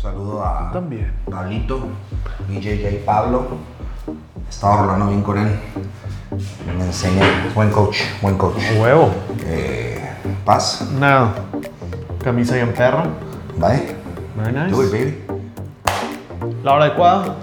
saludo a También. Pablito y JJ Pablo. He estado rolando bien con él. Me enseña. Buen coach, buen coach. Huevo. Eh, paz, Nada. Camisa bien perra. bye. Very Do it, nice. baby. La hora adecuada.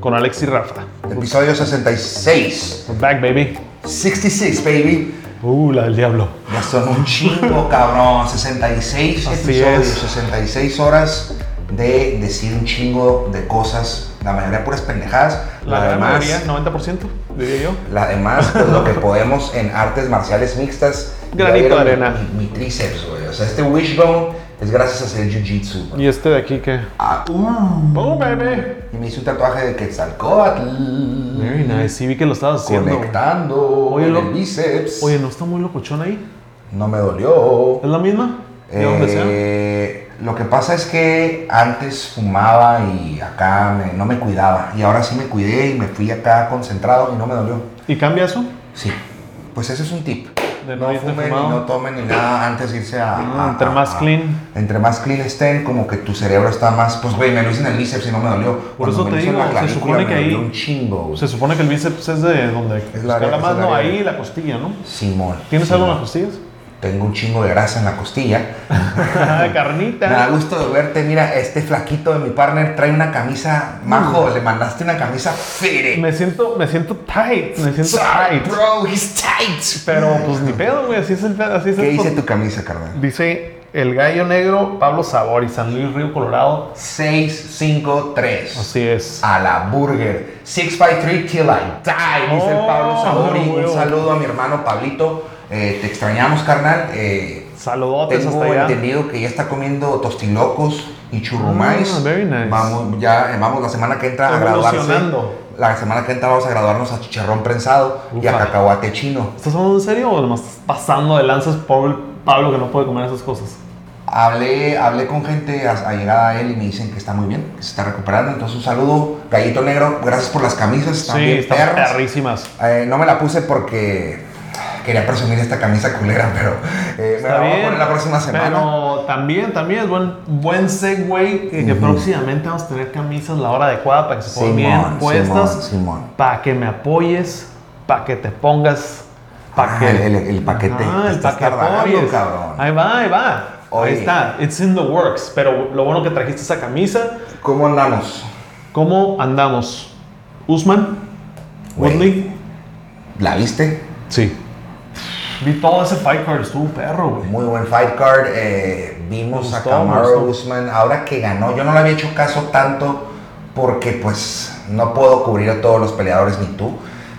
Con Alex y Rafa. Episodio 66. We're back, baby. 66, baby. Uh, la del diablo. Ya son un chingo, cabrón. 66 Así episodios, es. 66 horas de decir un chingo de cosas. La mayoría puras pendejadas. La la gran demás- mayoría, 90%, diría yo. La demás, pues lo que podemos en artes marciales mixtas. Granito Ya vieron de arena. Mi, mi tríceps, güey. O sea, este wishbone es gracias a hacer jiu-jitsu. güey. Y este de aquí que. Ah, Oh, baby. y me hice un tatuaje de Quetzalcóatl. Very nice. Sí, vi que lo estabas haciendo. Conectando Oye, en lo- el bíceps. Oye, ¿no está muy locochón ahí? No me dolió. ¿Es la misma? De donde sea. Eh, lo que pasa es que antes fumaba y acá me- no me cuidaba. Y ahora sí me cuidé y me fui acá concentrado y no me dolió. ¿Y cambia eso? Sí. Pues ese es un tip. De no no irte fumen fumado. y no tomen ni nada antes de irse a... Ah, a- entre a- más a- clean. Entre más clean estén, como que tu cerebro está más... Pues güey, me lo hice en el bíceps y no me dolió. Por Cuando eso te me lo hice en digo, la se clavícula supone que me dolió ahí- un chingo. güey. Se supone que el bíceps es de donde. Es la área, escala es más, el no, área. ahí la costilla, ¿no? Simón. ¿Tienes Simón. algo en las costillas? Tengo un chingo de grasa en la costilla. Me Carnita. da gusto de verte. Mira, este flaquito de mi partner trae una camisa majo. Le mandaste una camisa fere. Mm. Me siento, me siento tight, me siento Sorry, tight. bro, he's tight. Pero pues ni pedo, güey, así es el pedo, así es ¿Qué el dice pedo. tu camisa, carnal? Dice el gallo negro Pablo Sabor y San Luis Río Colorado. 653. Así es. A la burger. 653 till I die, dice el Pablo Oh, Sabori. Un huevo. saludo a mi hermano Pablito. Eh, te extrañamos, carnal. Eh, Saludotes tengo pues, hasta allá. entendido que ya está comiendo tostilocos y churrumais. Ah, very nice. Vamos, ya, eh, vamos la semana que entra a graduarse. Evolucionando. La semana que entra vamos a graduarnos a chicharrón prensado y a Ufa. cacahuate chino. ¿Estás hablando en serio o nomás estás pasando de lanzas Pablo, Pablo que no puede comer esas cosas? Hablé, hablé con gente a- allegada a él y me dicen que está muy bien, que se está recuperando. Entonces un saludo, Gallito Negro, gracias por las camisas, están sí, bien están perras. perrísimas. Eh, no me la puse porque quería presumir esta camisa culera, pero eh, me la Está voy a bien, poner la próxima semana. Pero también, también es buen, buen segue que, que próximamente vamos a tener camisas la hora adecuada para que se pongan bien Simón, puestas. Simón, Simón. para que me apoyes, para que te pongas, para Ah, que... el- el- el paquete. Ah, Te el estás pa' que tardando, apoyes. cabrón. Ahí va, ahí va. Oye. Ahí está, it's in the works. Pero lo bueno que trajiste esa camisa. ¿Cómo andamos? ¿Cómo andamos? Usman, Güey. Woodley. ¿La viste? Sí. Vi todo ese fight card, estuvo perro, güey. Muy buen fight card. eh, vimos Me gustó, a me Kamaru gustó. Usman. Ahora que ganó, yo no le había hecho caso tanto porque pues no puedo cubrir a todos los peleadores ni tú.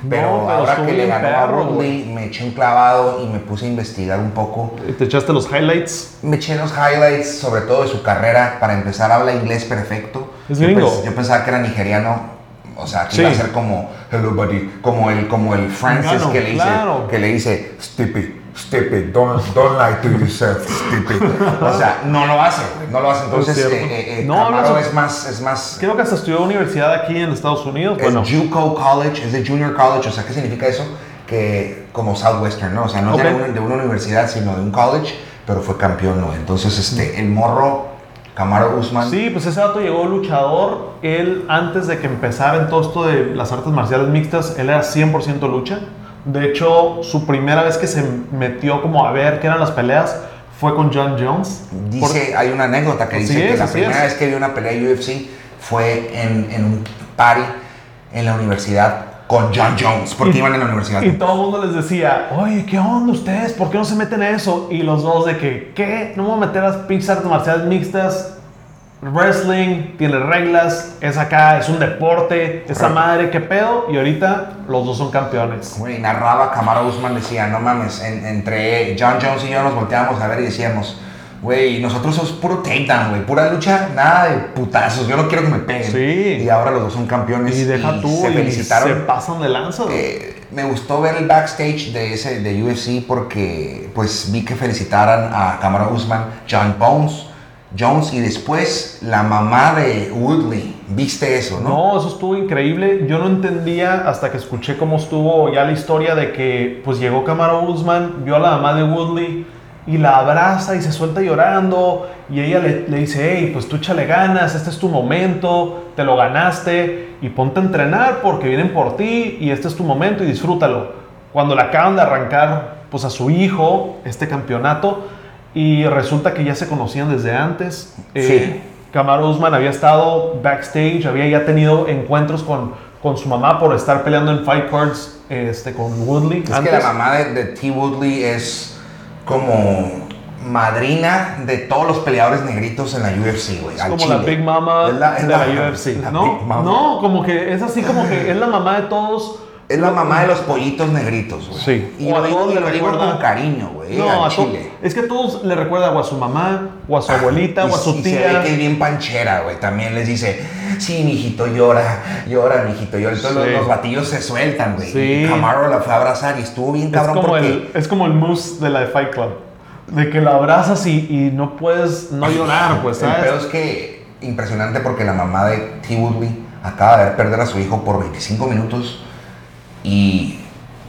Pero, No, pero ahora estuvo que le bien ganó a perro, Woodley, me eché un clavado y me puse a investigar un poco. Te echaste los highlights. Me eché los highlights, sobre todo de su carrera. Para empezar, habla inglés perfecto. Es yo, gringo. pens- yo pensaba que era nigeriano. O sea, que iba a Sí. ser como Hello buddy, como el, como el Francis Gano, que le dice, claro. que le dice stupid, stupid, don't, don't lie to yourself, stupid. O sea, no lo hace, güey, no lo hace. Entonces, Es eh, cierto. eh, eh, No, Camaro habla su- es más, es más, Creo que hasta estudió universidad aquí en Estados Unidos. es Bueno, JUCO College, es de Junior College. O sea, ¿qué significa eso? Que como Southwestern, ¿no? O sea, no es de Ok. una, de una universidad, sino de un college, pero fue campeón, ¿no? Entonces, este, el morro, Camaro Guzmán, Mm. Sí, pues ese dato llegó luchador. Él, antes de que empezara en todo esto de las artes marciales mixtas, él era 100% lucha. De hecho, su primera vez que se metió como a ver qué eran las peleas fue con John Jones. dice, hay una anécdota que Así dice que es, la así primera es. vez que vio una pelea de UFC fue en, en un party en la universidad con John Jones, porque Y- iban en la universidad. Por- y todo el mundo les decía, oye, ¿qué onda ustedes? ¿Por qué no se meten a eso? Y los dos de que, ¿qué? No me voy a meter a las pinches artes marciales mixtas. Wrestling tiene reglas, es acá, es un deporte, esa Correcto. madre, qué pedo. Y ahorita los dos son campeones. Güey, narraba Camaro Usman, decía, no mames, en- entre John Jones y yo nos volteábamos a ver y decíamos, güey, nosotros somos puro takedown, güey, pura lucha, nada de putazos, yo no quiero que me peguen. Sí. Y ahora los dos son campeones Y deja tú, se y se felicitaron. pasan de lanza. güey. Eh, me gustó ver el backstage de ese de UFC porque pues vi que felicitaran a Camaro Usman, John Bones, Jones y después la mamá de Woodley. ¿Viste eso, no? No, eso estuvo increíble. Yo no entendía hasta que escuché cómo estuvo ya la historia de que pues llegó Camaro Usman, vio a la mamá de Woodley y la abraza y se suelta llorando y ella le, le dice, hey, pues tú échale ganas, este es tu momento, te lo ganaste y ponte a entrenar porque vienen por ti y este es tu momento y disfrútalo. Cuando le acaban de arrancar pues a su hijo este campeonato y resulta que ya se conocían desde antes. Eh, Kamaru Usman había estado backstage, había ya tenido encuentros con, con su mamá por estar peleando en Fight Cards este, con Woodley. Es antes. que la mamá de, de T. Woodley es como madrina de todos los peleadores negritos en la UFC, güey. Es como la Big Mama Es la- es de la- la, UFC. la ¿no? Big Mama. no, como que es así como que es la mamá de todos. Es la mamá de los pollitos negritos, güey. Sí. Y O a lo digo, todos y le lo digo recuerda- con cariño, güey, No, a a to- Chile. Ah, es que a todos le recuerda o a su mamá, o a su abuelita, Y- o a su y tía. se ve que es bien panchera, güey. También les dice, sí, mijito, llora, llora, mijito, llora. Entonces Sí. los, los batillos se sueltan, güey. Sí. Y Camaro la fue a abrazar y estuvo bien Es cabrón como, porque... el, es como el moose de la de Fight Club. De que la abrazas y, y no puedes no llorar, pues, El pedo es ¿sabes? que impresionante porque la mamá de T. Woodley acaba de ver perder a su hijo por 25 minutos y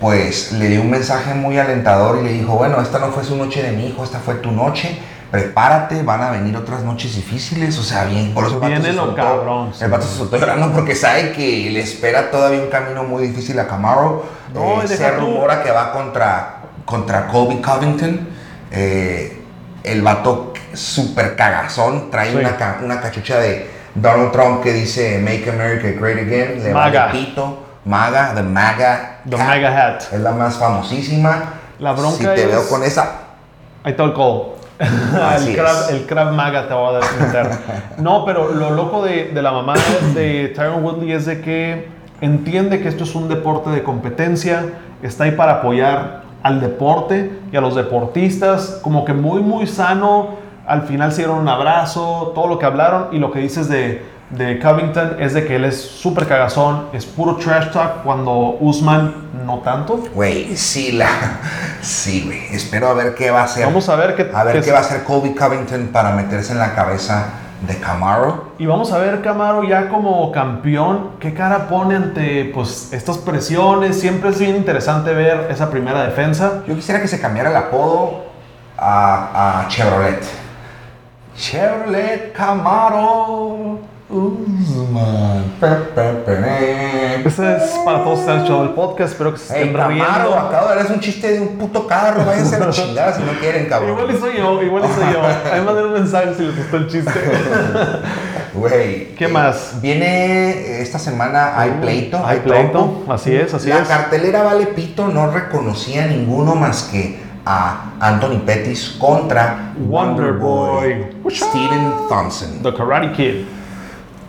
pues le dio un mensaje muy alentador y le dijo, bueno, esta no fue su noche de mi hijo, esta fue tu noche, prepárate, van a venir otras noches difíciles, o sea, bien, por eso el vato Viene se lo soltó. cabrón, sí. El vato se soltó llorando porque sabe que le espera todavía un camino muy difícil a Camaro. Eh, No, y se deja tú- rumora que va contra, contra Colby Covington. Eh, el vato super cagazón trae Sí. una, ca- una cachucha de Donald Trump que dice Make America Great Again. Le Maga. vale pito. Maga, the Maga. The hat. Mega Hat. Es la más famosísima. La bronca Si te es- veo con esa. Ahí está el codo. Así el, es. crab, el Krav Maga te va a meter. No, pero lo loco de, de la mamá de Tyron Woodley es de que entiende que esto es un deporte de competencia, está ahí para apoyar al deporte y a los deportistas, como que muy, muy sano. Al final se dieron un abrazo, todo lo que hablaron y lo que dices de, de Covington es de que él es súper cagazón, es puro trash talk cuando Usman no tanto. Güey, sí, la. Sí, güey. Espero a ver qué va a hacer. Vamos a ver qué, A ver qué- qué va a hacer Colby Covington para meterse en la cabeza de Camaro. Y vamos a ver, Camaro, ya como campeón, qué cara pone ante pues, estas presiones. Siempre es bien interesante ver esa primera defensa. Yo quisiera que se cambiara el apodo a, a Chevrolet. Chevrolet Camaro Usman. Pe, pe, pe, pe. Ese Este es para todos ustedes el show del podcast. Espero que se Ey, estén Camaro, riendo. acabo de darles un chiste de un puto carro. Váyanse a la chingada si no quieren, Igual y cabrón. soy yo, igual y soy yo. Ahí mandé un mensaje si les gustó el chiste. Güey. ¿Qué eh, más? Viene eh, esta semana, hay pleito. Hay tropo. pleito. Así es, así la es. cartelera Vale Pito no reconocía a ninguno más que a Anthony Pettis contra Wonder Boy. Steven Thompson. The Karate Kid.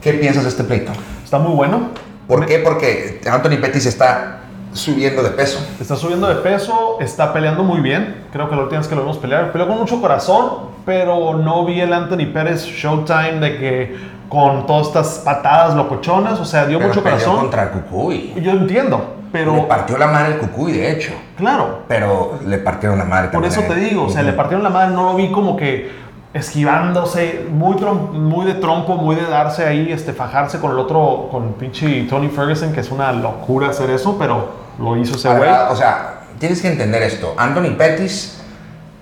¿Qué piensas de este pleito? Está muy bueno. ¿Por Me- qué? Porque Anthony Pettis está subiendo de peso. Está subiendo de peso, está peleando muy bien. Creo que la última vez que lo vimos pelear, peleó con mucho corazón, pero no vi el Anthony Pérez Showtime de que con todas estas patadas locochonas, o sea, dio Pero mucho peleó corazón. contra Cucuy. Yo entiendo, Le pero partió la madre el Cucuy, de hecho. claro, Pero le partieron la madre por también. eso a te él. digo, o sea, le partieron la madre, no lo vi como que esquivándose, muy, trom- muy de trompo, muy de darse ahí, este, fajarse con el otro, con pinche Tony Ferguson, que es una locura hacer eso, pero lo hizo ese La güey. verdad, o sea, tienes que entender esto. Anthony Pettis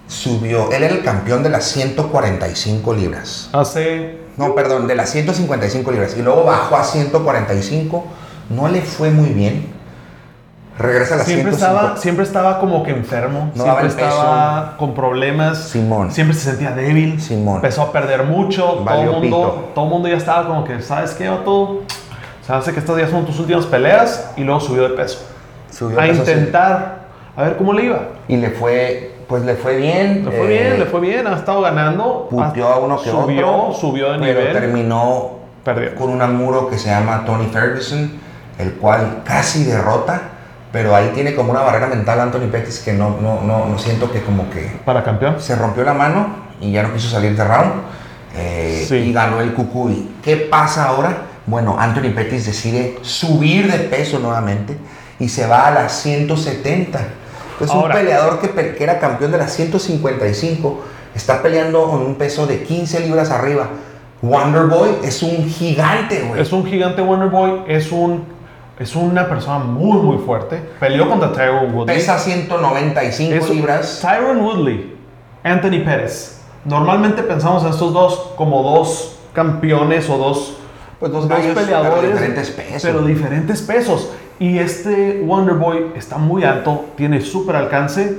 subió, él era el campeón de las 145 libras. Hace No, perdón, de las 155 libras. Y luego bajó a 145. No le fue muy bien. Regresa a las Siempre 105. estaba, siempre estaba como que enfermo, No daba siempre el estaba con problemas, Simón. siempre se sentía débil, Simón. empezó a perder mucho, Valió todo el mundo, pito. todo mundo ya estaba como que, ¿sabes qué, vato? Se hace que estas ya son tus últimas peleas y luego subió de peso. Subió a peso, intentar, a ver cómo le iba. sí. Y le fue, pues le fue bien. Le fue eh, bien, le fue bien, ha estado ganando. Puteó ha- a uno que subió, otro. Subió de pero nivel, terminó perdió. con un amuro que se llama Tony Ferguson, el cual casi derrota. Pero ahí tiene como una barrera mental Anthony Pettis que no, no, no, no siento que como que Para campeón. se rompió la mano y ya no quiso salir de round eh, Sí. y ganó el Cucuy. ¿Qué pasa ahora? Bueno, Anthony Pettis decide subir de peso nuevamente y se va a las 170. Entonces, Ahora. un peleador que, pe- que era campeón de las 155 está peleando con un peso de 15 libras arriba. Wonder Boy es un gigante, güey. Es un gigante Wonder Boy, es un es una persona muy muy fuerte. Peleó contra Tyron Woodley. Pesa 195 Es- libras. Tyron Woodley Anthony Pérez. Normalmente pensamos en estos dos como dos campeones o dos, Pues dos dos gallos, pero peleadores. de diferentes pesos. Pero de diferentes pesos. Y este Wonder Boy está muy alto, tiene súper alcance,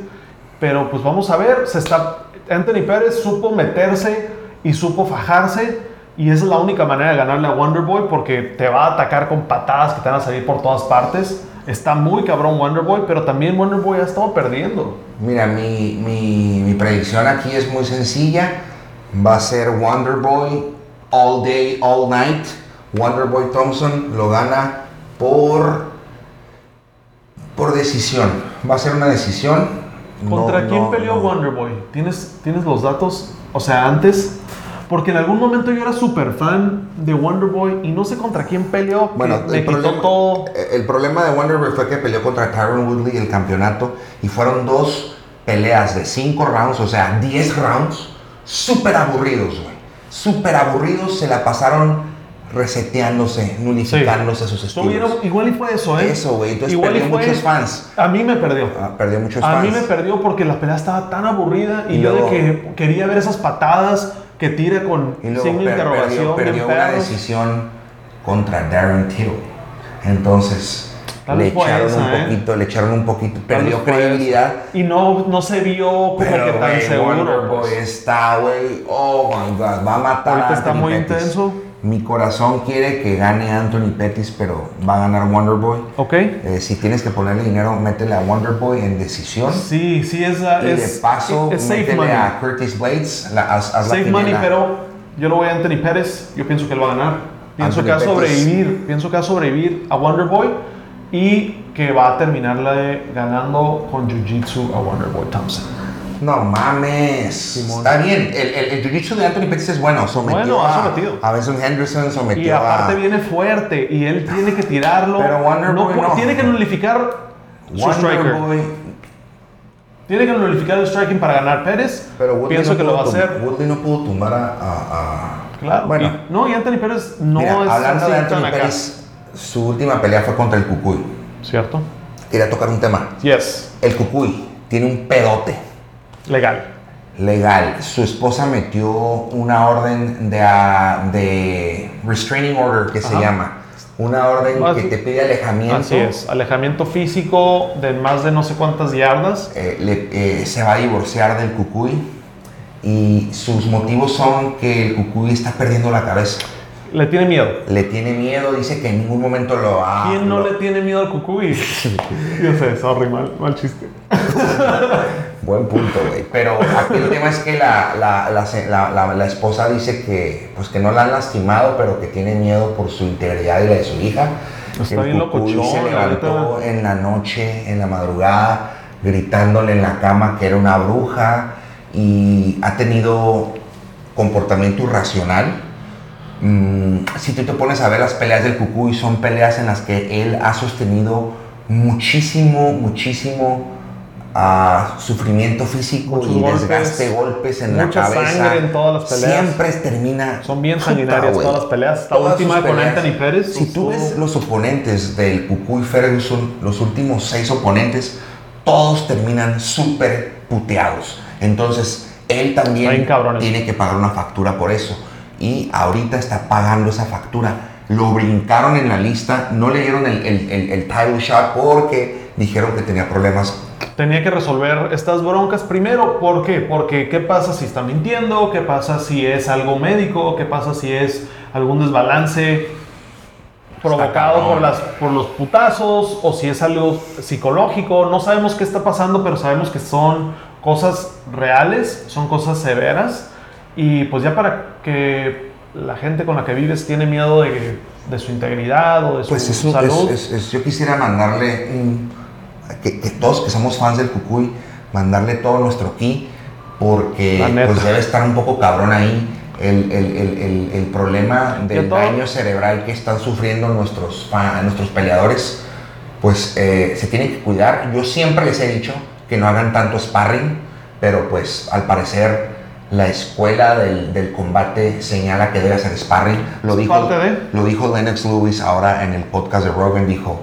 pero pues vamos a ver, se está, Anthony Pérez supo meterse y supo fajarse. Y esa es la única manera de ganarle a Wonder Boy porque te va a atacar con patadas que te van a salir por todas partes. Está muy cabrón Wonder Boy, pero también Wonder Boy ha estado perdiendo. Mira, mi, mi, mi predicción aquí es muy sencilla. Va a ser Wonder Boy all day, all night. Wonder Boy Thompson lo gana por por decisión. Va a ser una decisión. No, ¿Contra quién no, peleó no. Wonder Boy? ¿Tienes, ¿Tienes los datos? O sea, antes. Porque en algún momento yo era súper fan de Wonder Boy y no sé contra quién peleó. que Bueno, me el quitó problema, todo. Eh, el problema de Wonder Boy fue que peleó contra Tyron Woodley el campeonato y fueron dos peleas de 5 rounds, o sea, 10 rounds, súper aburridos, güey. Súper aburridos, se la pasaron reseteándose, nulificándose sus Tuvieron- estilos. igual y fue eso, ¿eh? Eso, güey, entonces Igual y perdió fue- muchos fans. A mí me perdió. Ah, perdió muchos A fans. mí me perdió porque la pelea estaba tan aburrida y, Y yo luego- de que quería ver esas patadas que tira con Y luego signo de per- interrogación. bien perdió, perdió una perros. decisión contra Darren Till. Entonces, Tal le vez fue echaron un esa, ¿eh? poquito, le echaron un poquito, Tal vez perdió fue credibilidad. Y no, no se vio como que Pero, tan güey, seguro. Wonderboy pues. está, güey. Oh my God, va a matar Ahorita a está Anthony muy Pettis. intenso. Mi corazón quiere que gane Anthony Pettis, pero va a ganar Wonderboy. Ok. Eh, si tienes que ponerle dinero, métele a Wonderboy en decisión. Sí, sí, es, la- y es, de paso, es safe métele money. a Curtis Blades. La, haz- haz la Safe money, quiniela. pero yo lo voy a Anthony Pérez. Yo pienso que él va a ganar. Pienso Anthony que va a Pettis. sobrevivir. Pienso que va a sobrevivir a Wonder Boy y que va a terminarle ganando con Jiu Jitsu a Wonder Boy Thompson. No mames. Está bien. El, el, el jiu-jitsu de Anthony Pettis es bueno. Sometió Bueno, ha a, sometido. a Benson Henderson, sometió Y aparte a. viene fuerte y él tiene que tirarlo. Ah, Pero Wonder Boy pu- no. Tiene que nulificar su striker. Wonderboy Tiene que nulificar el striking para ganar Pérez. Pero Woodley Pienso no que lo va a pudo tum- hacer. Woodley no pudo tumbar a. a- a- Claro. Bueno, Y- no, y Anthony Pérez no mira, es hablando así de tan Anthony acá. Pérez, su última pelea fue contra el Cucuy. ¿Cierto? Quería tocar un tema. Yes. El Cucuy tiene un pedote Legal. legal. Su esposa metió una orden de, ah, de restraining order que se Ajá. llama. Una orden Ah, que sí. te pide alejamiento. Así es, alejamiento físico de más de no sé cuántas yardas. Eh, le- eh, se va a divorciar del Cucuy y sus motivos son que el Cucuy está perdiendo la cabeza. Le tiene miedo. le tiene miedo, dice que en ningún momento lo va ¿Quién no lo- le tiene miedo al cucuy? Yo sé, sorry, mal, mal chiste. Buen punto, güey. Pero aquí el tema es que la, la, la se- la- la- la esposa dice que, pues que no la han lastimado, pero que tiene miedo por su integridad y la de su hija. Está bien cucuy locochón, se la levantó en la noche, en la madrugada, gritándole en la cama que era una bruja y ha tenido comportamiento irracional. Mm, si tú te pones a ver las peleas del Cucuy, son peleas en las que él ha sostenido muchísimo, muchísimo ah, sufrimiento físico Muchos y golpes, desgaste, golpes en la mucha cabeza. sangre en todas las peleas. Siempre termina. Son bien Puta, sanguinarias güey. todas las peleas. La Todas última sus con peleas. Anthony Pérez. Si tú estuvo- ves los oponentes del Cucuy Ferguson, los últimos seis oponentes, todos terminan súper puteados. Entonces, él Está bien también cabrón eso. tiene que pagar una factura por eso. Y ahorita está pagando esa factura. Lo brincaron en la lista, no le dieron el, el- el- el title shot porque dijeron que tenía problemas. Tenía que resolver estas broncas primero. ¿Por qué? Porque ¿qué pasa si está mintiendo? ¿Qué pasa si es algo médico? ¿Qué pasa si es algún desbalance provocado cabrón. por, las, por los putazos? ¿O si es algo psicológico? No sabemos qué está pasando, pero sabemos que son cosas reales, son cosas severas. Y pues ya para que la gente con la que vives tiene miedo de, de su integridad o de su Pues es un- es- salud. es- es- yo quisiera mandarle un- que, que todos que somos fans del Cucuy, mandarle todo nuestro ki La porque neta. pues debe estar un poco cabrón ahí el, el- el- el- el problema del Yo todo- daño cerebral que están sufriendo nuestros, fa- nuestros peleadores. Pues eh, se tienen que cuidar. Yo siempre les he dicho que no hagan tanto sparring, pero pues al parecer la escuela del, del combate señala que debe hacer sparring. Lo Es dijo, parte de- lo dijo Lennox Lewis ahora en el podcast de Rogan, dijo,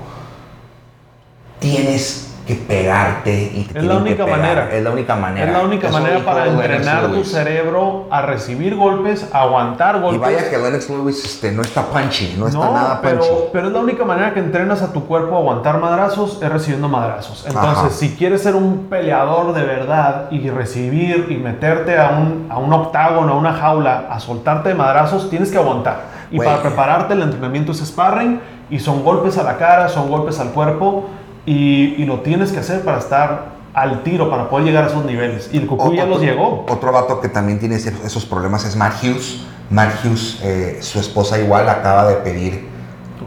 tienes que pegarte y te Es la tienen que única pegar. manera. Es la única manera. Es la única Eso manera dijo para Lennox entrenar tu Lewis. cerebro a recibir golpes, a aguantar Y golpes. vaya que Lennox Lewis este, no está punchy, no, está No, nada punchy. pero, pero es la única manera que entrenas a tu cuerpo a aguantar madrazos es recibiendo madrazos. Entonces, Ajá. si quieres ser un peleador de verdad y recibir y meterte a un, a un octágono, a una jaula, a soltarte de madrazos, tienes que aguantar. Y Güey. para prepararte el entrenamiento es sparring y son golpes a la cara, son golpes al cuerpo y, y lo tienes que hacer para estar al tiro, para poder llegar a esos niveles. Y el Cucú ya Otro- los llegó. Otro vato que también tiene ese- esos problemas es Matt Hughes. Matt Hughes, eh, su esposa igual acaba de pedir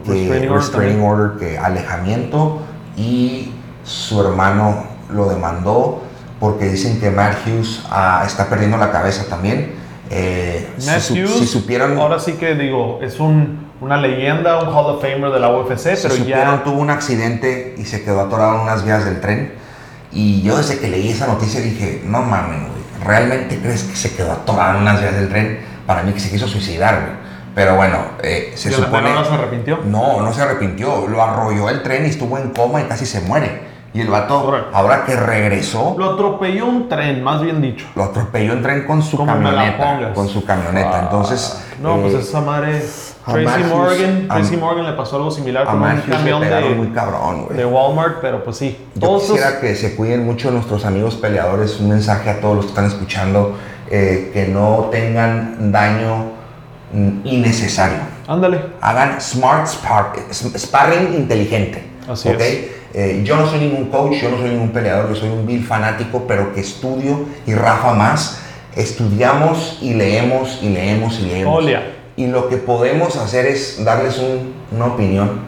que- Restraining restraining, order order, que alejamiento y su hermano lo demandó porque dicen que Matt Hughes ah, está perdiendo la cabeza también. Eh, si Matt su- si, Hughes, supieron, ahora sí que digo, es un, una leyenda, un Hall of Famer de la UFC, si pero supieron, ya... tuvo un accidente y se quedó atorado en unas vías del tren. Y yo desde que leí esa noticia dije, no mames, güey, ¿realmente crees que se quedó atorado en unas vías del tren? Para mí que se quiso suicidar, güey. Pero bueno, eh, se ¿Y a la supone... mera hora se arrepintió? No, no se arrepintió. Lo arrolló el tren y estuvo en coma y casi se muere. Y el vato, Órale. ahora que regresó, Lo atropelló un tren, más bien dicho. lo atropelló en tren con su Como me la camioneta. pongas. Ah. Con su camioneta. Entonces... No, eh, pues esa madre... a Tracy Matthews- Morgan, a- Tracy Morgan le pasó algo similar a con un Matthews le camión pegaron muy de, cabrón, güey. de Walmart, pero pues sí. Yo Todos esos- quisiera que se cuiden mucho nuestros amigos peleadores. Un mensaje a todos los que están escuchando: eh, que no tengan daño mm, innecesario. Ándale. Hagan smart spar- s- sparring inteligente. Así ¿ok? es. Eh, yo no soy ningún coach, yo no soy ningún peleador, yo soy un vil fanático, pero que estudio y Rafa más. Estudiamos y leemos y leemos y leemos. Olea. Y lo que podemos hacer es darles un- una opinión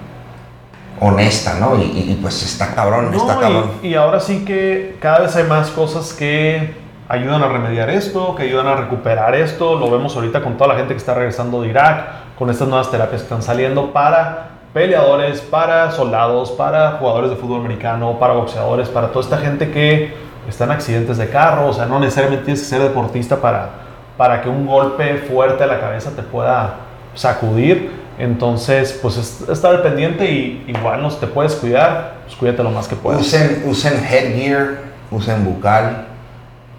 honesta, ¿no? Y, y- y, pues está cabrón, No, está y- cabrón. y, ahora sí que cada vez hay más cosas que ayudan a remediar esto, que ayudan a recuperar esto. Lo vemos ahorita con toda la gente que está regresando de Irak, con estas nuevas terapias que están saliendo para peleadores, para soldados, para jugadores de fútbol americano, para boxeadores, para toda esta gente que está en accidentes de carro. O sea, no necesariamente tienes que ser deportista para, para que un golpe fuerte a la cabeza te pueda sacudir. Entonces, pues es- estar al pendiente y igual nos te puedes cuidar, pues cuídate lo más que puedas. Usen, usen headgear, usen bucal,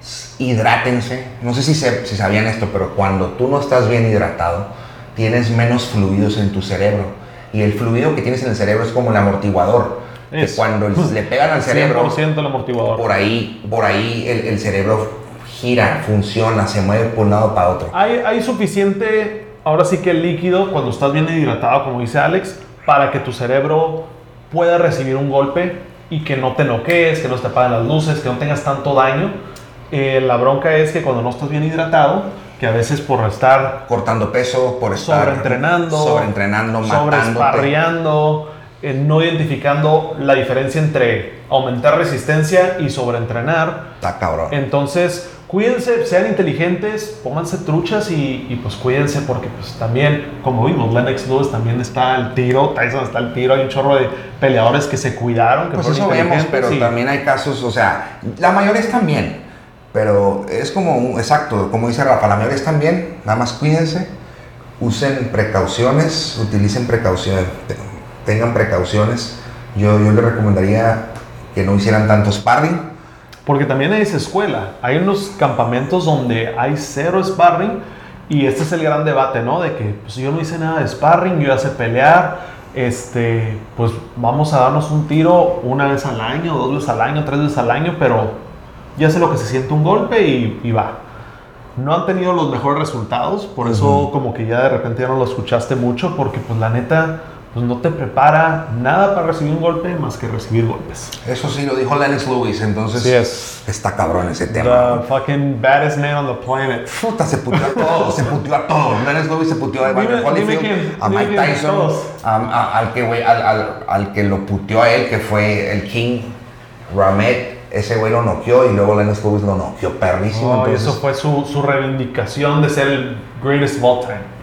s- hidrátense. No sé si, se- si sabían esto, pero cuando tú no estás bien hidratado, tienes menos fluidos en tu cerebro. Y el fluido que tienes en el cerebro es como el amortiguador. Es. Que cuando el- le pegan al cerebro, 100% el amortiguador. por ahí, por ahí el, el cerebro gira, funciona, se mueve por un lado para otro. Hay, hay suficiente, ahora sí que líquido, cuando estás bien hidratado, como dice Alex, para que tu cerebro pueda recibir un golpe y que no te noquees, que no te apaguen las luces, que no tengas tanto daño. Eh, la bronca es que cuando no estás bien hidratado, que a veces por estar Cortando peso, por estar sobreentrenando, sobreentrenando, matándote. sobreesparreando, eh, no identificando la diferencia entre aumentar resistencia y sobreentrenar. Está cabrón. Entonces, cuídense, sean inteligentes, pónganse truchas y, y, pues cuídense porque pues también, como vimos, Lennox Lewis también está al tiro, Tyson está al tiro, hay un chorro de peleadores que se cuidaron, que Pues fueron eso vemos, inteligentes pero y- también hay casos, o sea, la mayoría están bien, pero es como, un- exacto, como dice Rafa, la mayoría están bien, nada más cuídense, usen precauciones, utilicen precauciones, te- tengan precauciones. Yo, yo les recomendaría que no hicieran tanto sparring. Porque también hay esa escuela, hay unos campamentos donde hay cero sparring y este es el gran debate, ¿no? De que pues yo no hice nada de sparring, yo ya sé pelear, este, pues vamos a darnos un tiro una vez al año, dos veces al año, tres veces al año, pero ya sé lo que se siente un golpe y, y va. No han tenido los mejores resultados, por eso Ujú. como que ya de repente ya no lo escuchaste mucho, porque pues la neta pues no te prepara nada para recibir un golpe más que recibir golpes. Eso sí lo dijo Lennox Lewis, entonces es. está cabrón ese tema. The fucking baddest man on the planet. Puta, se puteó a todos, se puteó a todos. Lennox Lewis se puteó a Dime- Evander dime Holyfield, quién, a dime Mike quién, Tyson, todos. a- a- al, que, güey, al, al- al que lo puteó a él, que fue el King Ramet. Ese güey lo noqueó y luego Lennox Lewis lo noqueó perrísimo. No, Oh, y entonces, eso fue su, su reivindicación de ser el greatest of all time.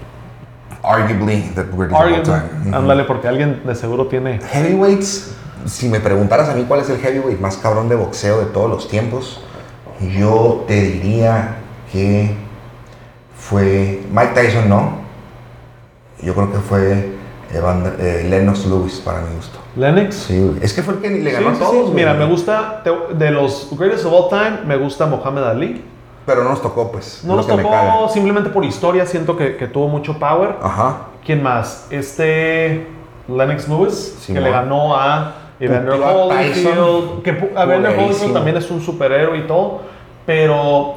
arguably, the greatest of all Alguien- time. Ujú. Ándale, porque alguien de seguro tiene. Heavyweights, si me preguntaras a mí cuál es el heavyweight más cabrón de boxeo de todos los tiempos, yo te diría que fue Mike Tyson, no. Yo creo que fue Evander- eh, Lennox Lewis, para mi gusto. Lennox. Sí, güey. Es que fue el que le Sí, ganó sí, a todos. sí. güey. Mira, me gusta, te- de los greatest of all time, me gusta Mohamed Ali. Pero no nos tocó, pues. No lo nos que me caga. tocó simplemente por historia, siento que, que tuvo mucho power. Ajá. ¿Quién más? Este Lennox Lewis, Sí, que ma. le ganó a Evander Putió a Holyfield. Tyson. Que pu- Evander Holyfield Culerísimo. también es un superhéroe y todo, pero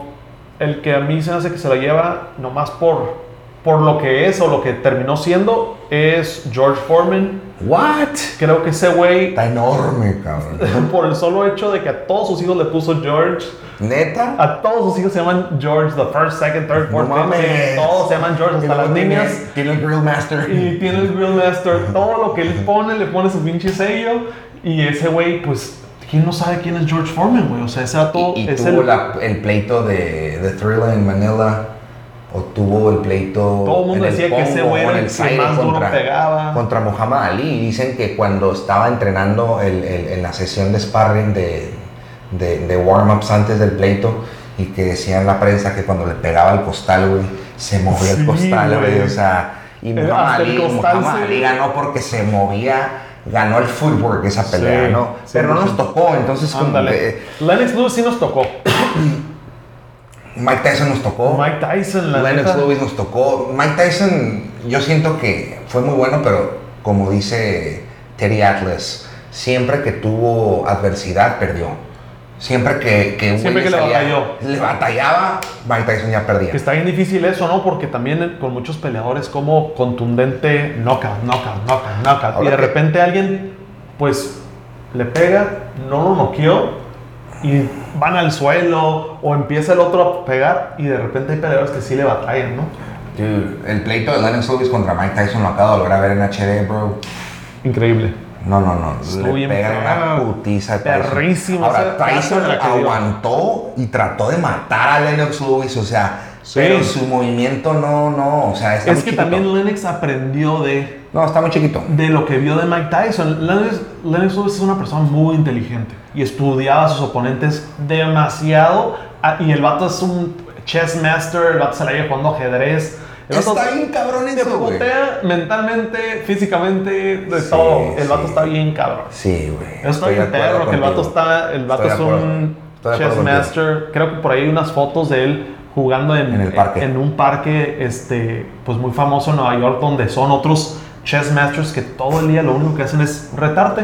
el que a mí se me hace que se la lleva nomás por, por lo que es o lo que terminó siendo es George Foreman. ¿What? Creo que ese güey, Está enorme, cabrón. por el solo hecho de que a todos sus hijos le puso George, ¿Neta? a todos sus hijos se llaman George, the first, second, third, fourth, No fifth, mames. sixth, todos se llaman George, Y hasta luego las tiene- niñas. Tiene el Grill Master. Y tiene el Grill Master, todo lo que él pone, le pone su pinche sello. Y ese güey, pues, ¿quién no sabe quién es George Foreman, güey? O sea, ese dato Y, y es tuvo el. la- el pleito de, de Thriller en Manila. O tuvo el pleito. Todo el mundo en decía que ese Congo, güey o era en el el que Zaire más duro contra- pegaba. contra Muhammad Ali. Y Dicen que cuando estaba entrenando el- el- en la sesión de sparring de, de, de warm-ups antes del pleito, y que decían la prensa que cuando le pegaba el costal, güey, se movía Sí, el costal, güey. güey. O sea, y Era Muhammad hasta el Ali, costal Muhammad se- Ali ganó porque se movía. Ganó el footwork esa pelea, Sí, ¿no? sí, Pero no sí. nos tocó, entonces como Ándale. que- Lennox Lewis sí nos tocó. Mike Tyson nos tocó. Mike Tyson, la Lennox neta. Lewis nos tocó. Mike Tyson, yo siento que fue muy bueno, pero como dice Terry Atlas, siempre que tuvo adversidad, perdió. Siempre que, que un Siempre güey que le batalló. le batallaba, Mike Tyson ya perdía. Que está bien difícil eso, ¿no? Porque también eh, con muchos peleadores como contundente knockout, knockout, knockout, knockout. y de Ahora que- repente alguien, pues, le pega, no lo noqueó y van al suelo o empieza el otro a pegar y de repente hay peleadores que sí le batallan, ¿no? Dude, el pleito de Lennox Lewis contra Mike Tyson lo acabo de volver a ver en HD, bro. Increíble. No, no, no. Estuvo le bien pegan una feo. putiza. a Tyson. Perrísimo, Ahora, esa Tyson pata la que dio. aguantó y trató de matar a Lennox Lewis. O sea, Sí. pero su movimiento no, no. O sea, está es muy que chiquito. también Lennox aprendió de, No, está muy chiquito. de lo que vio de Mike Tyson. Lennox, Lennox Lewis es una persona muy inteligente y estudiaba a sus oponentes demasiado. Ah, Y el vato es un chess master, el vato se la lleva jugando ajedrez. El vato Está bien cabrón te eso, güey. botea mentalmente, físicamente, de Sí, todo. El vato sí. está bien cabrón. Sí, güey. Eso está estoy de bien acuerdo perro, que el vato contigo. está, el vato Estoy de es acuerdo. un Estoy de acuerdo chess contigo. master. Creo que por ahí hay unas fotos de él jugando en, En el parque. en un parque, este, pues muy famoso en Nueva York, donde son otros chess masters que todo el día lo único que hacen es retarte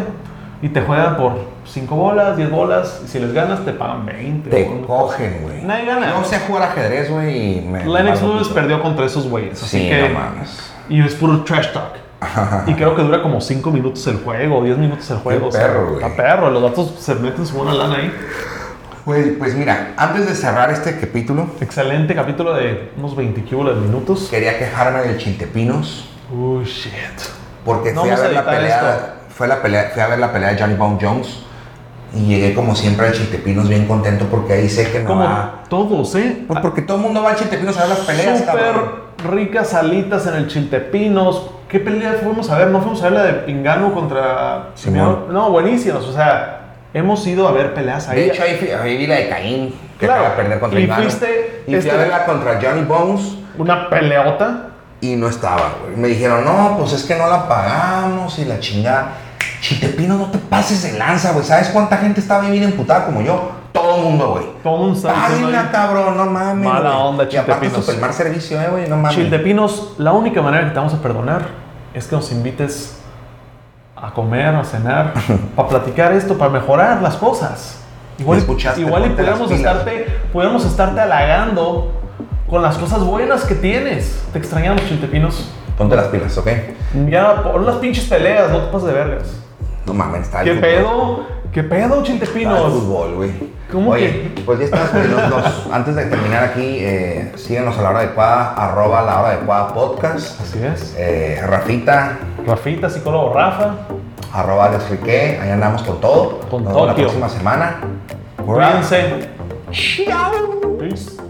y te juegan por 5 bolas, 10 bolas, y si les ganas te pagan 20. o Te no. cogen, güey. Nadie gana. No sé jugar ajedrez, güey. y me- Lennox me valgo Lewis pito. perdió contra esos güeyes, así Sí, que no mames. y es puro trash talk. Y creo que dura como 5 minutos el juego, 10 minutos el juego. o sea, perro, güey. está perro, los datos se meten su buena lana ahí. Güey, pues mira, antes de cerrar este capítulo, Excelente capítulo de unos 20 kilos de minutos. quería quejarme del Chiltepinos. Uh, shit. Porque No fui a vamos a ver la editar pelea, fue la pelea, fui a ver la pelea de Johnny Bone Jones y llegué como siempre al Chiltepinos bien contento porque ahí sé que no Como va. todos, ¿eh? Pues porque todo el mundo va al Chiltepinos a ver las Ah. peleas, Súper cabrón. ricas alitas en el Chiltepinos. ¿Qué pelea fuimos a ver? No fuimos a ver la de Pingano contra... Simón. No, buenísimas. O sea, hemos ido a ver peleas ahí. De hecho, ahí, fui- ahí vi la de Caín, que Claro. acaba de perder contra Y Iván. fuiste Y fui este- a verla contra Johnny Bones Una peleota. y no estaba, güey. Me dijeron, no, pues es que no la pagamos y la chingada. Chiltepinos, no te pases de lanza, güey. ¿Sabes cuánta gente estaba ahí bien emputada como yo? Todo el mundo, güey. Todo un salto, Página, ¿no? cabrón, no mames. Mala güey. onda, Y aparte Chiltepinos. super mal servicio, eh, güey, no mames. Chiltepinos, la única manera que te vamos a perdonar es que nos invites a comer, a cenar, para platicar esto, para mejorar las cosas. Igual, Me escuchaste, igual y ponte las pudiéramos pilas. estarte, pudiéramos estarte halagando con las cosas buenas que tienes. Te extrañamos, Chiltepinos. Ponte las pilas, ¿ok? Ya, pon las pinches peleas, no te pases de vergas. No mames, está el ¿Qué fútbol. pedo? ¿Qué pedo, Está el Chiltepinos? fútbol, güey. ¿Cómo Oye, pues ya estamos güey, los dos. Antes de terminar aquí, eh, síganos a la hora adecuada, arroba la hora adecuada podcast. Así es. Eh, Rafita, Rafita, psicólogo Rafa. arroba Alex Riquet, ahí andamos con todo. Con Nos vemos la Tokio. próxima semana. Cuídense. Peace.